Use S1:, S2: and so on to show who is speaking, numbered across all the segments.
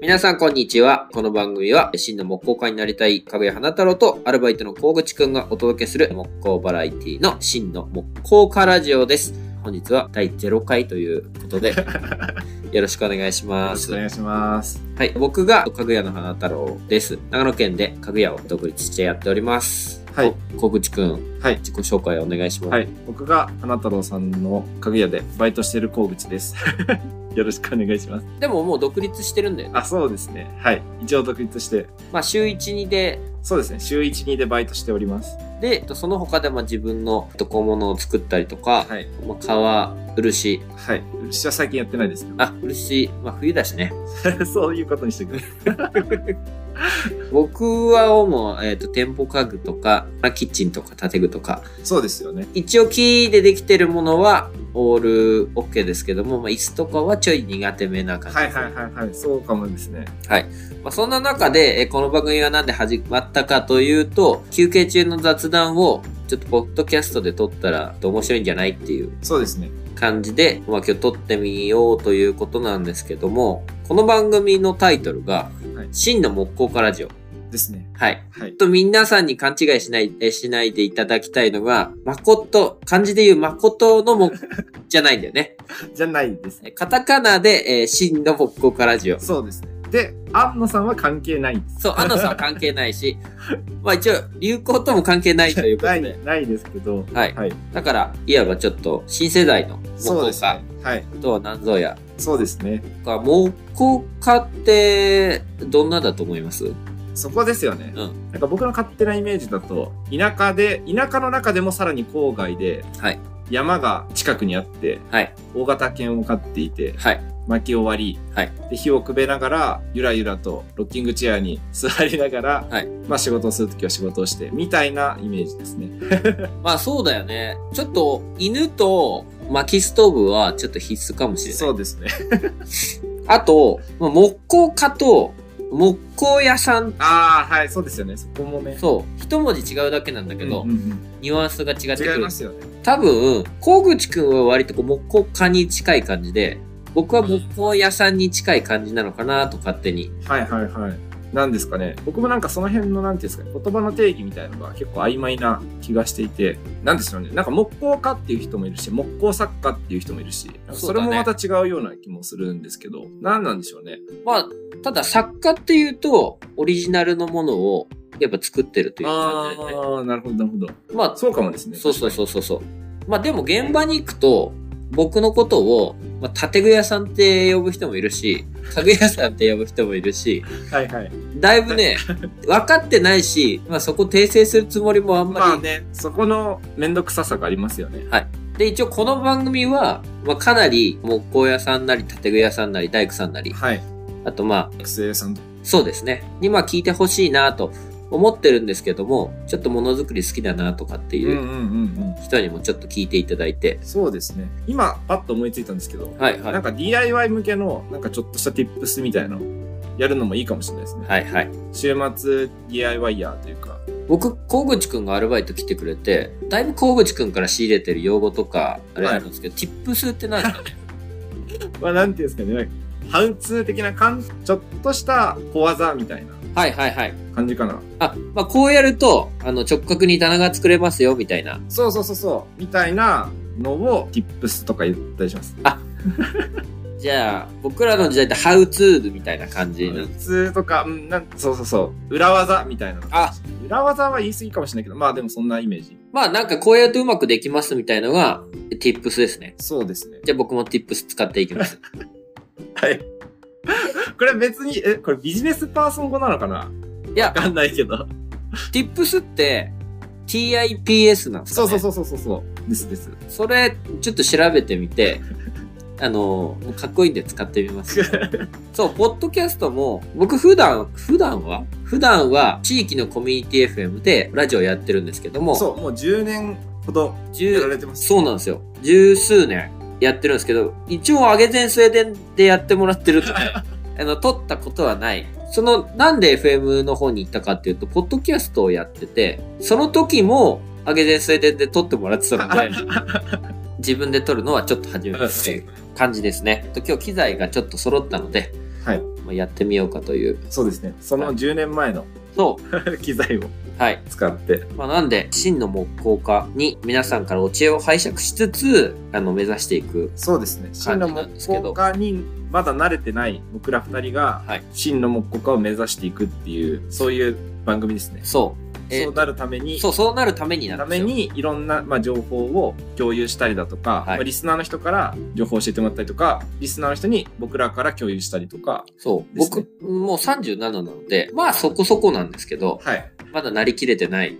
S1: 皆さんこんにちは。この番組は真の木工家になりたいかぐや花太郎とアルバイトの小口くんがお届けする木工バラエティの真の木工家ラジオです。本日は第0回ということ でよろしくお願いし
S2: よ
S1: ま
S2: ろし
S1: す
S2: くお。願いします。
S1: はい、僕がかぐやの花太郎です。長野県でかぐやを独立してやっております。
S2: はい
S1: こ。小口くん、
S2: はい
S1: 自己紹介お願いします。
S2: はい、僕が花太郎さんの家具屋でバイトしてる小口です。 よろしくお願いします。
S1: でももう独立してるんだよね。
S2: あ、そうですね。はい。一応独立して、
S1: まあ週1、2で
S2: そうですね。週1、2でバイトしております。
S1: で、えっとその他でまあ自分のえっと小物を作ったりとか、
S2: はい。
S1: まあ、革、漆。
S2: はい。私は最近やってないですけ
S1: あ、漆、まあ冬だしね。
S2: ど、 そういうことにしてくれ。
S1: 僕は主、えっ、と、店舗家具とか、まあ、キッチンとか建具とか、
S2: そうですよね。
S1: 一応木でできてるものはオール OK ですけども、まあ、椅子とかはちょい苦手めな感じ
S2: は
S1: で
S2: い
S1: す。
S2: はいはいはい。そうかもですね。
S1: まあ、そんな中で、えーこの番組はなんで始まったかというと、休憩中の雑談をちょっとポッドキャストで撮ったら面白いんじゃないっていう
S2: そうですね。
S1: 感じで、まあ、今日撮ってみようということなんですけども、この番組のタイトルが、
S2: はい
S1: 真の木工家ラジオ。
S2: ですね。
S1: はい。
S2: はい
S1: ちょっ。と皆さんに勘違いしない、えしないでいただきたいのが、誠、漢字で言う誠のも、じゃないんだよ ね。
S2: じゃないです
S1: え
S2: ね。
S1: カタカナで、えー真の木工家ラジオ。
S2: そうですね。で、安野さんは関係ないん です。
S1: そう、安野さんは関係ないし、まあ一応、流行とも関係ないということ
S2: な
S1: で。
S2: い、ないですけど、
S1: はい。
S2: はい。
S1: だから、いわばちょっと、新世代の木
S2: そう
S1: 工
S2: です
S1: 家
S2: ね。はい。
S1: とは何ぞや。
S2: そうですね。
S1: か木工家って、どんなだと思います
S2: そこですよね、
S1: う
S2: なんか僕の勝手なイメージだと田舎で田舎の中でもさらに郊外で、
S1: はい
S2: 山が近くにあって
S1: はい。
S2: 大型犬を飼っていて
S1: はい。
S2: 巻き終わり、
S1: はい
S2: で火をくべながらゆらゆらとロッキングチェアに 座りながら、
S1: はい
S2: まあ、仕事をするときは仕事をしてみたいなイメージですね。
S1: まあそうだよね。ちょっと、犬と薪ストーブはちょっと必須かもしれない。
S2: そうですね。
S1: あと、まあ木工家と木工屋さん、
S2: ああはいそうですよねそこもね。
S1: そう、一文字違うだけなんだけど、
S2: うんうん
S1: ニュアンスが違って
S2: う
S1: く
S2: ん違い
S1: る
S2: ま。すよね。
S1: 多分、小口くんは割とこう木工家に近い感じで、僕は木工屋さんに近い感じなのかなと勝手に。
S2: はいはいはい。なんですかね僕もなんかその辺のなんていうんですかね言葉の定義みたいなのが結構曖昧な気がしていてなんでしょうねなんか木工家っていう人もいるし木工作家っていう人もいるしなんかそれも
S1: そうだ
S2: ま
S1: ね
S2: た違うような気もするんですけど、なんなんでしょうね
S1: まあ、ただ作家っていうと、オリジナルのものをやっぱ作ってるという感
S2: あ
S1: じだよね。
S2: あーなるほどなるほど
S1: まあ、
S2: そうかもですね
S1: そうそうそうそうそう。まあでも現場に行くと、僕のことを、まあ、建具屋さんって呼ぶ人もいるし、家具屋さんって呼ぶ人もいるし、
S2: はいはい
S1: だいぶね、 分かってないし、まあそこ訂正するつもりもあんまり。
S2: まあねそこの面倒くささがありますよね
S1: で、一応この番組は、まあかなり木工屋さんなり、建具屋さんなり、大工さんなり、
S2: はい
S1: あとまあ、
S2: 学生さんと
S1: そうですね、にまあ聞いてほしいなと思ってるんですけども、ちょっとものづくり好きだなとかって
S2: うんう
S1: い
S2: ん
S1: う
S2: うんうん
S1: 人にもちょっと聞いていただいて、
S2: そうですね今パッと思いついたんですけど
S1: はいはい
S2: なん。か DIY 向けのなんかちょっとした tips みたいなのやるのもいいかもしれないですね。
S1: はいはい。
S2: 週末 DIY やというか。
S1: 僕、小口くんがアルバイト来てくれて、だいぶ小口くんから仕入れてる用語とか、あれあるんですけど、ティップスって何ですかね
S2: まあなんていうんですかね、なんかハウツー的な感じ、ちょっとした小技みたいな
S1: はいはいはい。
S2: 感じかな。
S1: あ、まあ、こうやると、あの、直角に棚が作れますよ、みたいな。
S2: そうそうそうそう、みたいなのを tips とか言ったりします。
S1: じゃあ、僕らの時代ってハウツールみたいな感じ
S2: ハ
S1: な
S2: ウ。ツーとか、うん、なんそうそうそう、裏技みたいなの。
S1: あ、
S2: 裏技は言い過ぎかもしれないけど、まあでもそんなイメージ。
S1: まあなんかこうやるとうまくできますみたいのが、ティップスですね。
S2: そうですね。
S1: じゃあ僕もティップス使っていき ます。
S2: はい。 これ別に、え、これビジネスパーソン語なのかない
S1: や
S2: わかんないけど。
S1: ティップスって、TIPS なんですか
S2: そ
S1: ね
S2: うそうそうそうそうそう。です です。
S1: それ、ちょっと調べてみ て、あの、かっこいいんで使ってみます。そう、ポッドキャストも、僕普段、普段は普段は地域のコミュニティ FM でラジオやってるんですけども、
S2: そう、もう10年ほどやら
S1: 十
S2: れてます。
S1: そうなんですよ。十数年やってるんですけど、一応上げ前スウェーデンでやってもらってるので、 あの、撮ったことはない。その、なんで FM の方に行ったかっていうと、ポッドキャストをやってて、その時も上げ前スウェーデンで撮ってもらってたの で、自分で撮るのはちょっと初めてっていう感じですね。えっと今日機材がちょっと揃ったので、
S2: はい
S1: まあ、やってみようかという。
S2: そうですね。その10年前の
S1: そう。
S2: 機材を
S1: はい。
S2: 使って、
S1: まあ、なんで、真の木工家に皆さんからお知恵を拝借しつつ、あの、目指していく。
S2: そうですね。真の木工家にまだ慣れてない僕ら二人が
S1: はい、
S2: 真の木工家を目指していくっていう、そういう番組ですね。
S1: そう。えー
S2: そうなるために、
S1: そう、そうなるためになん
S2: た
S1: です
S2: め
S1: よ。
S2: にいろんな、まあ、情報を共有したりだとか、
S1: い
S2: まあ、リスナーの人から情報を教えてもらったりとか、リスナーの人に僕らから共有したりとか、
S1: そう。
S2: です
S1: 僕
S2: ね、
S1: もう37なので、まあそこそこなんですけど、
S2: はい。
S1: まだなりきれてない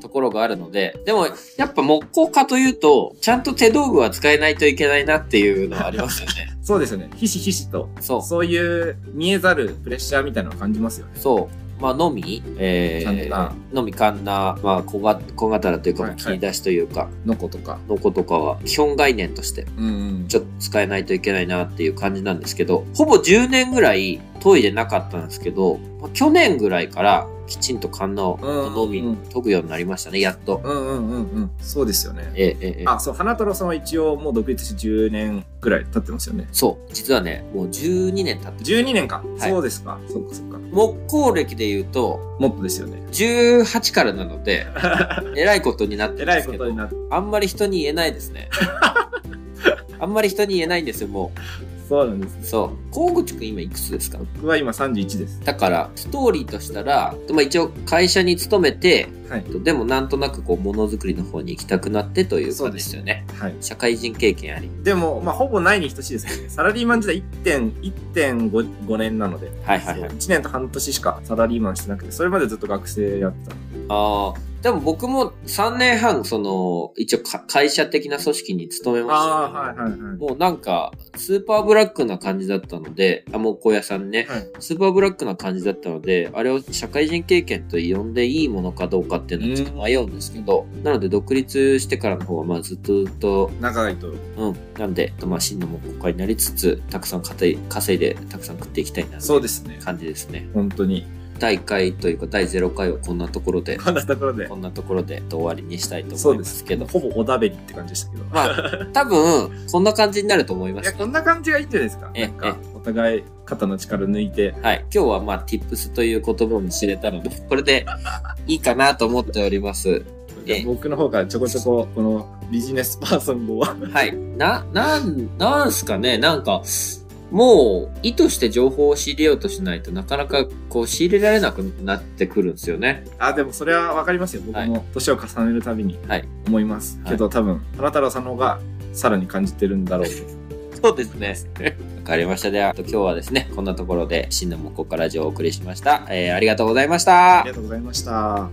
S1: ところがあるので、でもやっぱ木工家というと、ちゃんと手道具は使えないといけないなっていうのはありますよ ね。
S2: そうですよね。ひしひしと、
S1: そう。
S2: そういう見えざるプレッシャーみたいなのを感じますよね。
S1: そう。まあ、のみ、え
S2: 簡単
S1: ー、のみかんな、まあ、小が小刀という
S2: はい
S1: か、
S2: はい
S1: 切り出しというか、
S2: のことか。
S1: のことかは、基本概念として、
S2: うんうん。
S1: ちょっと使えないといけないなっていう感じなんですけど、ほぼ10年ぐらい研いでなかったんですけど、まあ去年ぐらいから、きちんとカンナを、のみ、
S2: うん
S1: 研ぐようになりましたね、やっと。
S2: うんうんうんうん。そうですよね。
S1: ええ、ええええ。
S2: あ、そう、花太郎さんは一応もう独立して10年ぐらい経ってますよね。
S1: そう。実はね、もう12年経ってる。
S2: 12年か。
S1: い
S2: そうですか。そっかそっか。
S1: 木工歴で言うと、
S2: もっとですよね。
S1: 18からなの で、えらいことになってるん
S2: 偉
S1: で
S2: い
S1: す
S2: こ
S1: け
S2: と
S1: ど
S2: に、なって。
S1: あんまり人に言えないです ね。あんまり人に言えないんですよ、も
S2: そうなんです。
S1: う。そう。河口くん今いくつですか
S2: 僕は今31です。
S1: だから、ストーリーとしたら、まあ一応会社に勤めて、
S2: はい。
S1: でもなんとなくこう、ものづくりの方に行きたくなってという
S2: そう
S1: 感
S2: で
S1: じですすよね。
S2: はい。
S1: 社会人経験あり。
S2: でも、まあ、ほぼないに等しいですけど ね。サラリーマン時代1 1.5 5年なので、
S1: はいはいはい
S2: 1。年と半年しかサラリーマンしてなくて、それまでずっと学生やってた。
S1: ああ。でも僕も3年半、その、一応か会社的な組織に勤めました。
S2: ああ、はいはいはい。
S1: もうなんか、スーパーブラックな感じだったので、あ、木工屋さんね。
S2: はい、
S1: スーパーブラックな感じだったので、あれを社会人経験と呼んでいいものかどうかっていうのはちょっと迷うんですけど、なので独立してからの方はまあずっとずっと、
S2: 長いと。
S1: うん、なんで、まあ真の木工家になりつつ、たくさん稼い稼いで、たくさん食っていきたいなって
S2: そうですね。
S1: 感じですね。
S2: 本当に。
S1: 第1回というか第0回はこんなところで、
S2: こんなところで
S1: こ。んなところでえっと終わりにしたいと
S2: そ
S1: 思
S2: う
S1: いま
S2: で
S1: すすけど、
S2: ほぼおだべりって感じでしたけど。
S1: ま あ、多分、こんな感じになると思いま
S2: い
S1: す
S2: や、。こんな感じがいいんじゃないですか。
S1: え
S2: なんか、お互い肩の力抜いて。
S1: はい。今日はまあ、tips という言葉も知れた ので、これでいいかなと思っております。ええ
S2: 僕の方からちょこちょこ、このビジネスパーソン語は。
S1: はい。な、なん、なんすかねなんか、もう、意図して情報を仕入れようとしないとなかなかこう仕入れられなくなってくるんですよね。
S2: あ、でもそれはわかりますよ。僕
S1: はい
S2: も年を重ねるたびに
S1: はい
S2: 思います。
S1: はい
S2: けど多分、花太郎さんの方がさらに感じてるんだろうと。
S1: そうですね。わかりました。では、あと今日はですね、こんなところで、真の木工からラジオをお送りしました。えー、ありがとうございました。
S2: ありがとうございました。